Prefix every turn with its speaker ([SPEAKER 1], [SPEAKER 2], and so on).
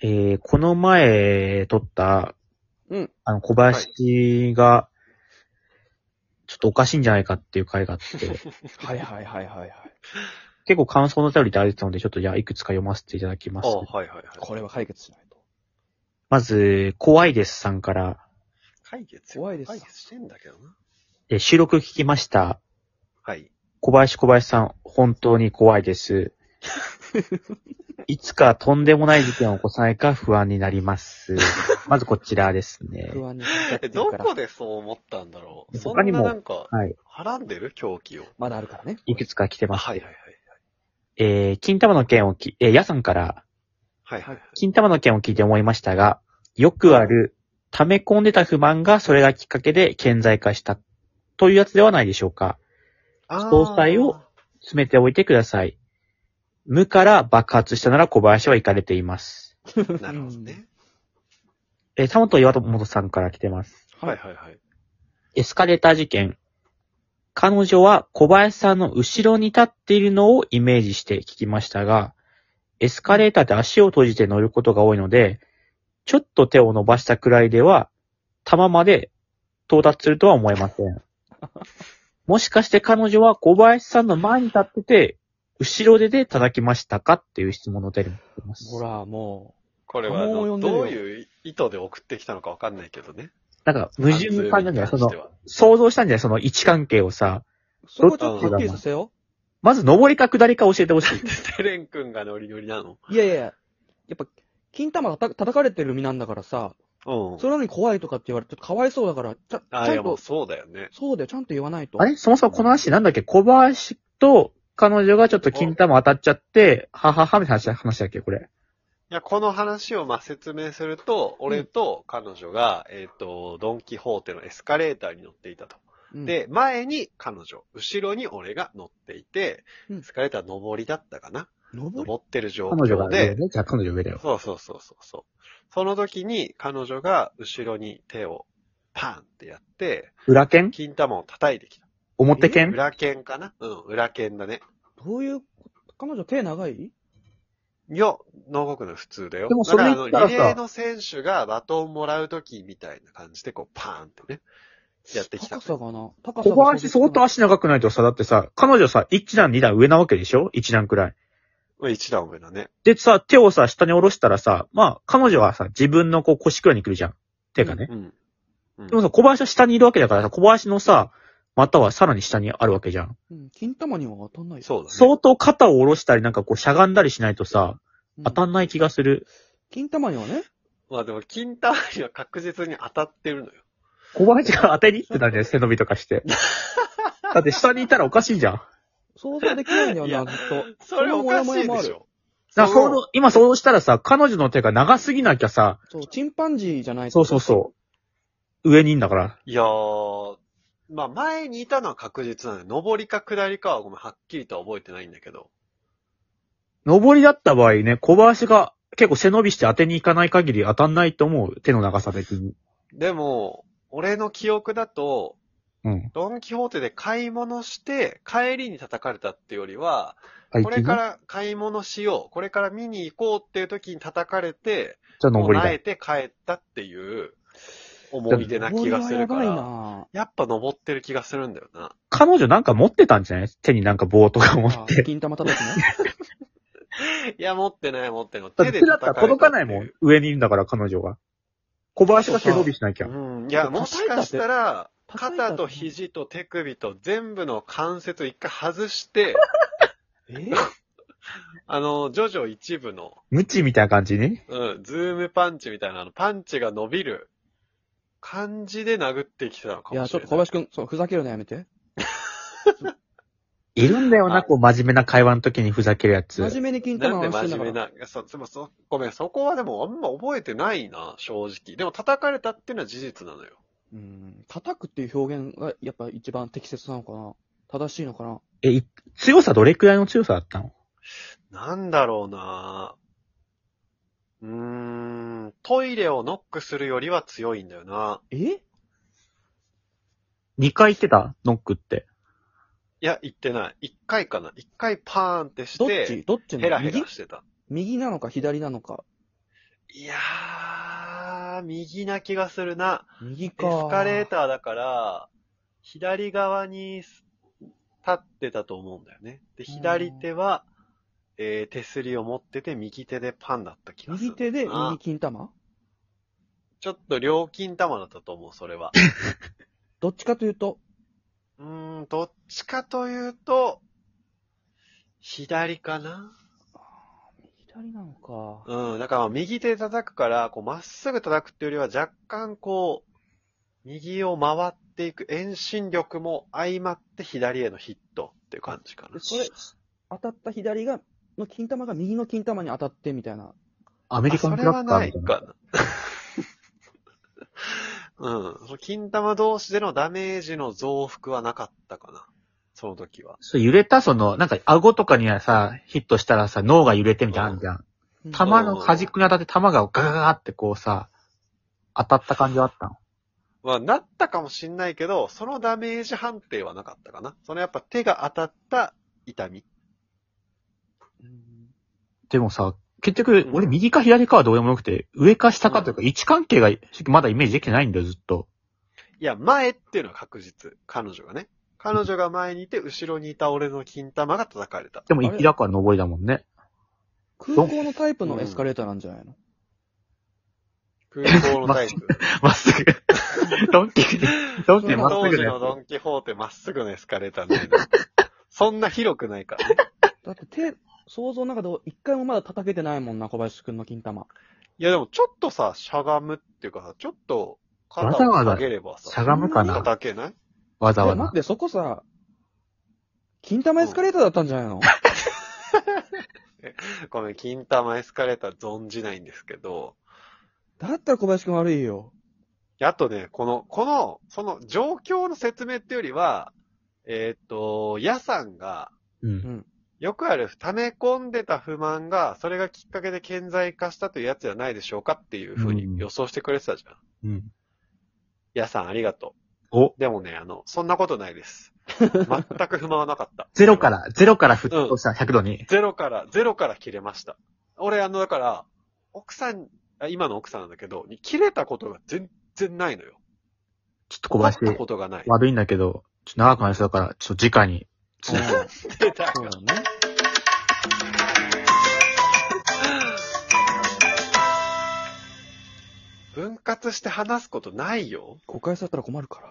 [SPEAKER 1] えー、この前撮った、
[SPEAKER 2] うん。
[SPEAKER 1] あの、小林が、ちょっとおかしいんじゃないかっていう回があ って、
[SPEAKER 2] はいはいはいはいはい。
[SPEAKER 1] 結構感想のお便りいただいてたので、ちょっとじゃあいくつか読ませていただきます。
[SPEAKER 3] はいはいはい。
[SPEAKER 2] これは解決しないと。
[SPEAKER 1] まず、怖いですさんから、
[SPEAKER 3] 解決
[SPEAKER 2] 怖いです
[SPEAKER 3] 解決してんだけどな。
[SPEAKER 1] えー収録聞きました。
[SPEAKER 3] はい。
[SPEAKER 1] 小林小林さん、本当に怖いです。いつかとんでもない事件を起こさないか不安になり ます。まずこちらですね。
[SPEAKER 2] 不安になっちゃって
[SPEAKER 3] え、
[SPEAKER 2] るか
[SPEAKER 3] ど
[SPEAKER 2] ら。
[SPEAKER 3] こでそう思ったんだろう。そ
[SPEAKER 1] 他
[SPEAKER 3] ん
[SPEAKER 1] にも
[SPEAKER 3] ななんか、
[SPEAKER 1] はい。
[SPEAKER 3] はらんでる狂気を。
[SPEAKER 2] まだあるからね。
[SPEAKER 1] いくつか来て
[SPEAKER 3] あ
[SPEAKER 1] ます。
[SPEAKER 3] はいはいはい。
[SPEAKER 1] えー、金玉の件をき、えー、やさんから、
[SPEAKER 3] はいはい。
[SPEAKER 1] 金玉の件を聞いて思いましたが、よくある、溜め込んでた不満がそれがきっかけで顕在化した、というやつではないでしょうか。
[SPEAKER 3] あー
[SPEAKER 1] 総裁を。詰めておいてください。無から爆発したなら小林は行かれています。
[SPEAKER 3] なるほどね。
[SPEAKER 1] えー、田本岩本さんから来てます。
[SPEAKER 3] はいはいはい。
[SPEAKER 1] エスカレーター事件。彼女は小林さんの後ろに立っているのをイメージして聞きましたが、エスカレーターって足を閉じて乗ることが多いので、ちょっと手を伸ばしたくらいでは、玉まで到達するとは思えません。もしかして彼女は小林さんの前に立ってて、後ろ手で叩きましたかっていう質問の出るます。
[SPEAKER 2] ほら、も
[SPEAKER 3] これはあ
[SPEAKER 2] もう読
[SPEAKER 3] の、
[SPEAKER 2] んでるよ
[SPEAKER 3] どういう意図で送ってきたのかわかんないけどね。
[SPEAKER 1] なんか矛盾感じゃないそ
[SPEAKER 3] 感じ
[SPEAKER 1] の
[SPEAKER 3] て、は
[SPEAKER 1] 想像したんじゃないその位置関係をさ、
[SPEAKER 2] う、そこちょっとはっきりさせよ
[SPEAKER 1] まず上りか下りか教えてほしい。
[SPEAKER 3] テレン君がノリノリなの
[SPEAKER 2] う。いやいやいや、やっぱ、金玉たた叩かれてる身なんだからさ、
[SPEAKER 3] うん。
[SPEAKER 2] それなのに怖いとかって言われて、ちょっとかわいそうだから、ちゃ、ち
[SPEAKER 3] あ、い
[SPEAKER 2] ゃ
[SPEAKER 3] や
[SPEAKER 2] ん
[SPEAKER 3] もう
[SPEAKER 2] と、
[SPEAKER 3] そうだよね。
[SPEAKER 2] そうだよ、ちゃんと言わないと。
[SPEAKER 1] あれそもそもこの話なんだっけ小林と彼女がちょっと金玉当たっちゃって、はははみたいな話話だっけこれ。
[SPEAKER 3] いや、この話をまあ説明すると、俺と彼女が、えっと、ドンキホーテのエスカレーターに乗っていたと。
[SPEAKER 2] うん、
[SPEAKER 3] で、前に彼女、後ろに俺が乗っていて
[SPEAKER 2] うん、
[SPEAKER 3] エスカレーター上りだったかな、
[SPEAKER 2] 登り
[SPEAKER 3] 登ってる状
[SPEAKER 1] 彼女
[SPEAKER 3] 況
[SPEAKER 1] が上
[SPEAKER 3] で、
[SPEAKER 1] ね。じゃあ彼女上だよ。
[SPEAKER 3] そうそうそうそうそう。その時に彼女が後ろに手をパンってやって、
[SPEAKER 1] 裏剣
[SPEAKER 3] 金玉を叩いてきた。
[SPEAKER 1] 表剣
[SPEAKER 3] 裏剣かなうん、裏剣だね。
[SPEAKER 2] どういう、彼女手長い
[SPEAKER 3] いや、長くない普通だよ。
[SPEAKER 1] でもそれ
[SPEAKER 3] だか
[SPEAKER 1] 言っ
[SPEAKER 3] ら
[SPEAKER 1] たら
[SPEAKER 3] あの、
[SPEAKER 1] さ
[SPEAKER 3] リレーの選手がバトンもらう時みたいな感じで、こう、パーンってね、やってきた
[SPEAKER 2] 高。さがな、高さ
[SPEAKER 1] 小
[SPEAKER 2] が。
[SPEAKER 1] 林相当足長くないとさ、だってさ、彼女さ、1段2段上なわけでしょ ?1 段くらい。
[SPEAKER 3] まあ一段上だね。
[SPEAKER 1] でさ、手をさ、下に下ろしたらさ、まあ、彼女はさ、自分のこう腰くらいに来るじゃん。手がね。
[SPEAKER 3] うん。うん
[SPEAKER 1] でもさ、小林は下にいるわけだからさ、小林のさ、またはさらに下にあるわけじゃん。
[SPEAKER 2] うん、金玉には当たんないよ。
[SPEAKER 3] そうだね。
[SPEAKER 1] 相当肩を下ろしたり、なんかこうしゃがんだりしないとさ、
[SPEAKER 2] うん
[SPEAKER 1] 当たんない気がする。
[SPEAKER 2] 金玉にはね、
[SPEAKER 3] まあでも、金玉には確実に当たってるのよ。
[SPEAKER 1] 小林が当てに行ってたんじゃない背伸びとか して。だって下にいたらおかしいじゃん。
[SPEAKER 2] 想像できないんだ
[SPEAKER 3] い
[SPEAKER 2] よ
[SPEAKER 3] や
[SPEAKER 2] な、ずっと。
[SPEAKER 3] それおか
[SPEAKER 2] そ
[SPEAKER 3] しい
[SPEAKER 2] のモヤモ
[SPEAKER 3] で
[SPEAKER 2] ヤ
[SPEAKER 3] し
[SPEAKER 2] も
[SPEAKER 3] ょ。
[SPEAKER 1] だから
[SPEAKER 3] そ
[SPEAKER 1] 想
[SPEAKER 3] の
[SPEAKER 1] 像今想像したらさ、彼女の手が長すぎなきゃさ、
[SPEAKER 2] そう、チンパンジーじゃない
[SPEAKER 1] そうそうそう。上にいんだから。
[SPEAKER 3] いやー、まあ前にいたのは確実なのよ。上りか下りかはごめん、はっきりとは覚えてないんだけど。
[SPEAKER 1] 上りだった場合ね、小林が結構背伸びして当てに行かない限り当たんないと思う。手の長さ的に。
[SPEAKER 3] でも、俺の記憶だと、
[SPEAKER 1] うん。
[SPEAKER 3] ドンキホーテで買い物して、帰りに叩かれたってよりは、
[SPEAKER 1] あ、
[SPEAKER 3] これか
[SPEAKER 1] ね。
[SPEAKER 3] ら買い物しよう、これから見に行こうっていう時に叩かれて、
[SPEAKER 1] じゃあ
[SPEAKER 3] もう
[SPEAKER 1] 上り
[SPEAKER 3] 萎
[SPEAKER 1] だ
[SPEAKER 3] え。て帰ったっていう思い出な気がするか
[SPEAKER 2] 登りはや
[SPEAKER 3] ら、
[SPEAKER 2] ば
[SPEAKER 3] やっぱ登ってる気がするんだよな。
[SPEAKER 1] 彼女なんか持ってたんじゃない手になんか棒とか持
[SPEAKER 2] い
[SPEAKER 1] っ
[SPEAKER 2] な
[SPEAKER 1] て。
[SPEAKER 2] 金玉叩きね。
[SPEAKER 3] いや、持ってない持ってない。
[SPEAKER 1] だって手だったら届かない
[SPEAKER 3] ん
[SPEAKER 1] もん。上にいるんだから彼女が。小林が背伸びしなきゃ。
[SPEAKER 3] うん。いや、もしかしたら、
[SPEAKER 2] 叩いたって
[SPEAKER 3] 肩と肘と手首と全部の関節を一回外 して、
[SPEAKER 2] え
[SPEAKER 3] あの、ジョジョ一部の、
[SPEAKER 1] 無知みたいな感じね。
[SPEAKER 3] うん、ズームパンチみたいな、あの、パンチが伸びる感じで殴ってきてたの
[SPEAKER 2] い
[SPEAKER 3] かも
[SPEAKER 2] や、
[SPEAKER 3] し
[SPEAKER 2] ちょっ
[SPEAKER 3] れな
[SPEAKER 2] と
[SPEAKER 3] い。
[SPEAKER 2] 小林くん、そう、ふざけるのやめて。
[SPEAKER 1] いるんだよな、
[SPEAKER 3] あ
[SPEAKER 1] こう、真面目な会話の時にふざけるやつ。
[SPEAKER 2] 真面目に金
[SPEAKER 3] な
[SPEAKER 2] 玉
[SPEAKER 3] んで
[SPEAKER 2] をしてんだ
[SPEAKER 3] 真
[SPEAKER 2] か
[SPEAKER 3] 面目
[SPEAKER 2] ら。
[SPEAKER 3] な、いやそ、そ、そ、ごめん、そこはでもあんま覚えてないな、正直。でも叩かれたっていうのは事実なのよ。
[SPEAKER 2] うん。叩くっていう表現が、やっぱ一番適切なのかな。正しいのかな。
[SPEAKER 1] え、い強さどれくらいの強さだったの
[SPEAKER 3] なんだろうなうーん、トイレをノックするよりは強いんだよな。
[SPEAKER 2] え
[SPEAKER 1] ?2 回行ってたノックって。
[SPEAKER 3] いや、行ってない。一回かな。一回パーンってし
[SPEAKER 2] どっち
[SPEAKER 3] て、
[SPEAKER 2] どっち
[SPEAKER 3] ヘ
[SPEAKER 2] な
[SPEAKER 3] ラ
[SPEAKER 2] の
[SPEAKER 3] ヘ
[SPEAKER 2] 右
[SPEAKER 3] ラしてた。
[SPEAKER 2] 右なのか左なのか。
[SPEAKER 3] いやー、右な気がするな。
[SPEAKER 2] 右
[SPEAKER 3] エ
[SPEAKER 2] か。
[SPEAKER 3] スカレーターだから、左側に立ってたと思うんだよね。で、左手は、えー、手すりを持ってて、右手でパンだった気がする。
[SPEAKER 2] 右手で右金玉
[SPEAKER 3] ちょっと料金玉だったと思う、それは。
[SPEAKER 2] どっちかというと、
[SPEAKER 3] うーん、どっちかというと、左かな
[SPEAKER 2] 左なのか。
[SPEAKER 3] うん、だからまあ右手で叩くから、こう、まっすぐ叩くっていうよりは若干こう、右を回っていく遠心力も相まって左へのヒットっていう感じかな
[SPEAKER 2] で。それ、当たった左が、の金玉が右の金玉に当たってみたいな。
[SPEAKER 1] アメリカンクラッカーみたいな。
[SPEAKER 3] あそれはないかな。 うん。その金玉同士でのダメージの増幅はなかったかな。その時は。
[SPEAKER 1] そう揺れたその、なんか顎とかにはさ、ヒットしたらさ、脳が揺れてみたいなのあるじゃん。
[SPEAKER 2] うん
[SPEAKER 1] 弾の端っこに当たって弾がガガガってこうさ、当たった感じはあったの。
[SPEAKER 3] まあ、なったかもしんないけど、そのダメージ判定はなかったかな。そのやっぱ手が当たった痛み。
[SPEAKER 2] うん
[SPEAKER 1] でもさ、結局
[SPEAKER 3] う、ん
[SPEAKER 1] 俺右か左かはどうでもよくて、上か下かというか位置関係が正直まだイメージできてないんだよ、ずっと。
[SPEAKER 3] いや、前っていうのは確実。彼女がね。彼女が前にいて、後ろにいた俺の金玉が叩かれた。
[SPEAKER 1] でも行きだから上りだもんね。
[SPEAKER 2] 空港のタイプのエスカレーターなんじゃないの
[SPEAKER 3] 空港のタイ プ。
[SPEAKER 1] まっす ぐ。ドンキーで、ドンキーでまっ
[SPEAKER 3] 当
[SPEAKER 1] すぐ
[SPEAKER 3] 時
[SPEAKER 1] だ
[SPEAKER 3] の
[SPEAKER 1] よ。
[SPEAKER 3] ドンキホーテまっす ぐのエスカレーターないなそんな広くないからね。
[SPEAKER 2] だって手、想像の中で一回もまだ叩けてないもんな、小林くんの金玉。
[SPEAKER 3] いやでもちょっとさ、しゃがむっていうかさ、ちょっと肩を
[SPEAKER 1] わざわざ
[SPEAKER 3] 下げればさ、
[SPEAKER 1] しゃがむかな
[SPEAKER 3] 叩けない
[SPEAKER 1] わざ
[SPEAKER 2] いや
[SPEAKER 1] わ
[SPEAKER 2] 待っ
[SPEAKER 1] ざ。
[SPEAKER 2] て、そこさ、金玉エスカレーターだったんじゃ ないの
[SPEAKER 3] ごめん、金玉エスカレーター存じないんですけど、
[SPEAKER 2] だったら小林くん悪いよ。
[SPEAKER 3] であとね、この、この、その状況の説明っていうよりは、えーっと、ヤさんが、
[SPEAKER 1] うん。
[SPEAKER 3] よくある、溜め込んでた不満が、それがきっかけで顕在化したというやつじゃないでしょうかっていうふう
[SPEAKER 1] うん
[SPEAKER 3] に予想してくれてたじゃん。
[SPEAKER 1] うん。
[SPEAKER 3] ヤさんありがと
[SPEAKER 1] お
[SPEAKER 3] う。でもね、あの、そんなことないです。全く不満はなかった。
[SPEAKER 1] ゼロから、ゼロから沸騰した、100度に。
[SPEAKER 3] ゼロから、ゼロから切れました。俺、あの、だから、奥さん、あ今の奥さんなんだけど、に切れたことが全然ないのよ。
[SPEAKER 1] ちょっと小林
[SPEAKER 3] 切、ったことがない。
[SPEAKER 1] 悪いんだけど、ちょっと長くなりそうだから、ちょっと次回に。
[SPEAKER 2] うんそ
[SPEAKER 3] 出た
[SPEAKER 2] うだね。
[SPEAKER 3] 分割して話すことないよ。
[SPEAKER 2] 誤解されたら困るから。